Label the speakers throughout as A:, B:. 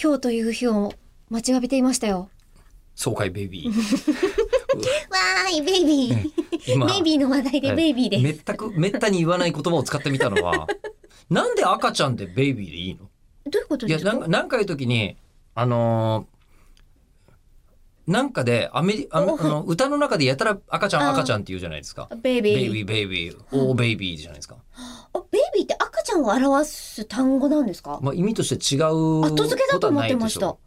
A: 今日という日を待ちわびていましたよ。
B: 爽快ベイビ ー。
A: わーい、ベイビー。
B: 今
A: ベイビーの話題でベイビーです。
B: はい全く、めったに言わない言葉を使ってみた のは、なんで赤ちゃんってベイビーでいいの
A: どういうこと
B: い
A: で
B: や、
A: す
B: なんか、
A: か
B: なんかいう時に、あのーなんかで、アメリ、あの、あの歌の中でやたら赤ちゃん
A: あー
B: 赤ちゃんって言うじゃないですか。
A: ベイビー。
B: ベイビー、ベイビー、おーベイビーじゃないですか。
A: あベイビーって赤ちゃんを表す単語なんですか
B: まあ、意味として違う
A: 後付けだと思ってまし
B: こ
A: た
B: は。な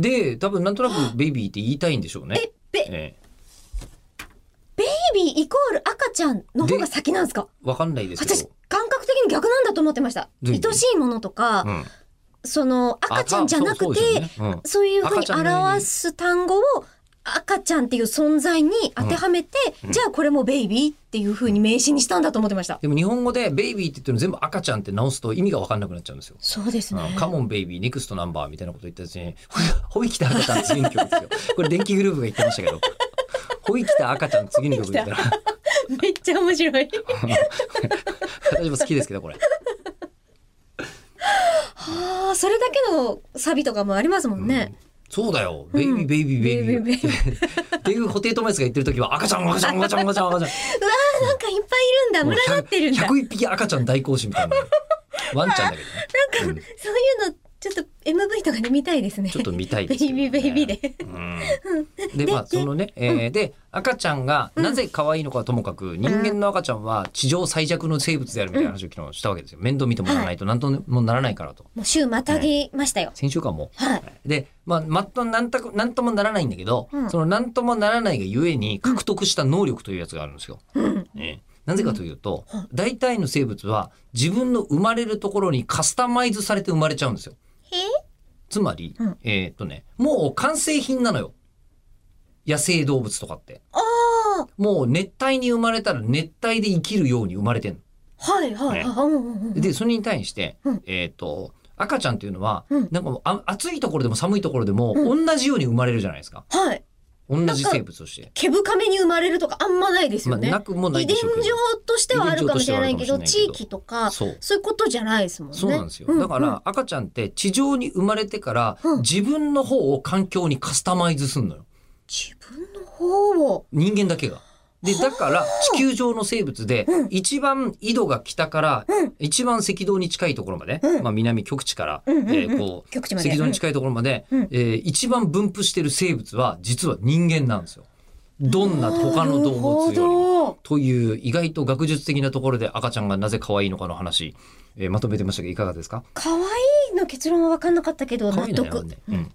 B: いでしょう。で、多分なんとなくベイビーって言いたいんでしょうね。
A: え、ベ、
B: ええ
A: ベイビーイコール赤ちゃんの方が先なんですか
B: わかんないですけ
A: 私
B: ど。、
A: 感覚的に逆なんだと思ってました。
B: どういう意
A: 愛
B: 味
A: しいものとか、
B: うん
A: その赤ちゃんじゃなくて、
B: あそうそうですよねうん
A: そういうふう
B: 赤
A: に
B: ちゃんのように
A: 表す単語を赤ちゃんっていう存在に当てはめて、じゃあこれもベイビーっていうふうに名詞にしたんだと思ってました。
B: でも日本語でベイビーって言ってるの全部赤ちゃんって直すと意味が分かんなくなっちゃうんですよ。
A: そうですね。
B: カモンベイビー、ネクストナンバーみたいなこと言ったやつに、 ほいきた赤ちゃん次の曲ですよ。これ電気グループが言ってました けど、ほいきた赤ちゃん次の曲言ったら、
A: めっちゃ面白い。
B: 私も好きですけど、これ。
A: ああ、それだけのサビとかもありますもんね。
B: そうだよ。ベイビー、ベイビー、ベイビー。
A: ベイビーベイビ
B: っていう布袋寅泰が言ってる時は、赤ちゃん、赤ちゃん、赤ちゃん、赤ちゃん、赤ちゃん。
A: うわーなんかいっぱいいるん だ。群がってるんだ。
B: 101匹赤ちゃん大行進みたいな。ワンちゃんだけど
A: な
B: ね。
A: んか、そういうの、ちょっと MV とかで見たいですね。
B: ちょっと見たい
A: ベ
B: ですけ
A: イ
B: ど
A: ビ
B: ね
A: ーベイビーで。
B: うんで、まあ、そのね、えーで、赤ちゃんがなぜ可愛いのかはともかく、人間の赤ちゃんは地上最弱の生物であるみたいな話を昨日したわけですよ。面倒見てもらわないと何ともならないからと。
A: もう週またぎましたよ。
B: 先週間も。
A: はい。
B: で、まあ、まっとなんたく、なんともならないんだけど、
A: うん
B: そのなんともならないがゆえに獲得した能力というやつがあるんですよ。ええなぜかというと、大体の生物は自分の生まれるところにカスタマイズされて生まれちゃうんですよ。つまり、
A: うん
B: えーっとね、もう完成品なのよ。野生動物とかって。
A: ああ、
B: もう熱帯に生まれたら熱帯で生きるように生まれてんの。
A: はいはい。
B: ね
A: あうんうんうん
B: で、それに対して、
A: うん
B: えーっと、赤ちゃんっていうのは、
A: うん
B: なんかもうあ暑いところでも寒いところでも、
A: う
B: 同じように生まれるじゃないですか。
A: はい。
B: 同じ生物として。
A: 毛深めに生まれるとかあんまないです
B: ま
A: よ
B: あ、
A: ね。
B: なくもな
A: 遺
B: いで
A: 伝
B: しょうけど。
A: 上としてはあるかもしれないけど、
B: 遺伝上として
A: 地
B: はあるかもしれ
A: 域とか、
B: ないけどそう
A: そういうことじゃないですもんね。
B: そうなんですよ。
A: う
B: だから、赤ちゃんって地上に生まれてから
A: うん、
B: 自分の方を環境にカスタマイズすんのよ。
A: 自分の方を、
B: 人間だけが。で、だから、地球上の生物で、一番緯度が北から
A: うん、
B: 一番赤道に近いところまで、
A: うん
B: まあ南極地から、
A: うんうんうん
B: えーこう、
A: 極地まで
B: 赤道に近いところまで、
A: うん
B: えー一番分布してる生物は、実は人間なんですよ。どんな他の動物より
A: なる
B: も。
A: ほど
B: という意外と学術的なところで赤ちゃんがなぜ可愛いのかの話、えーまとめてましたけどいかがですか
A: 可愛いの結論は分かんなかったけど、
B: 可愛
A: 納
B: いのよ
A: 得。
B: ね。うん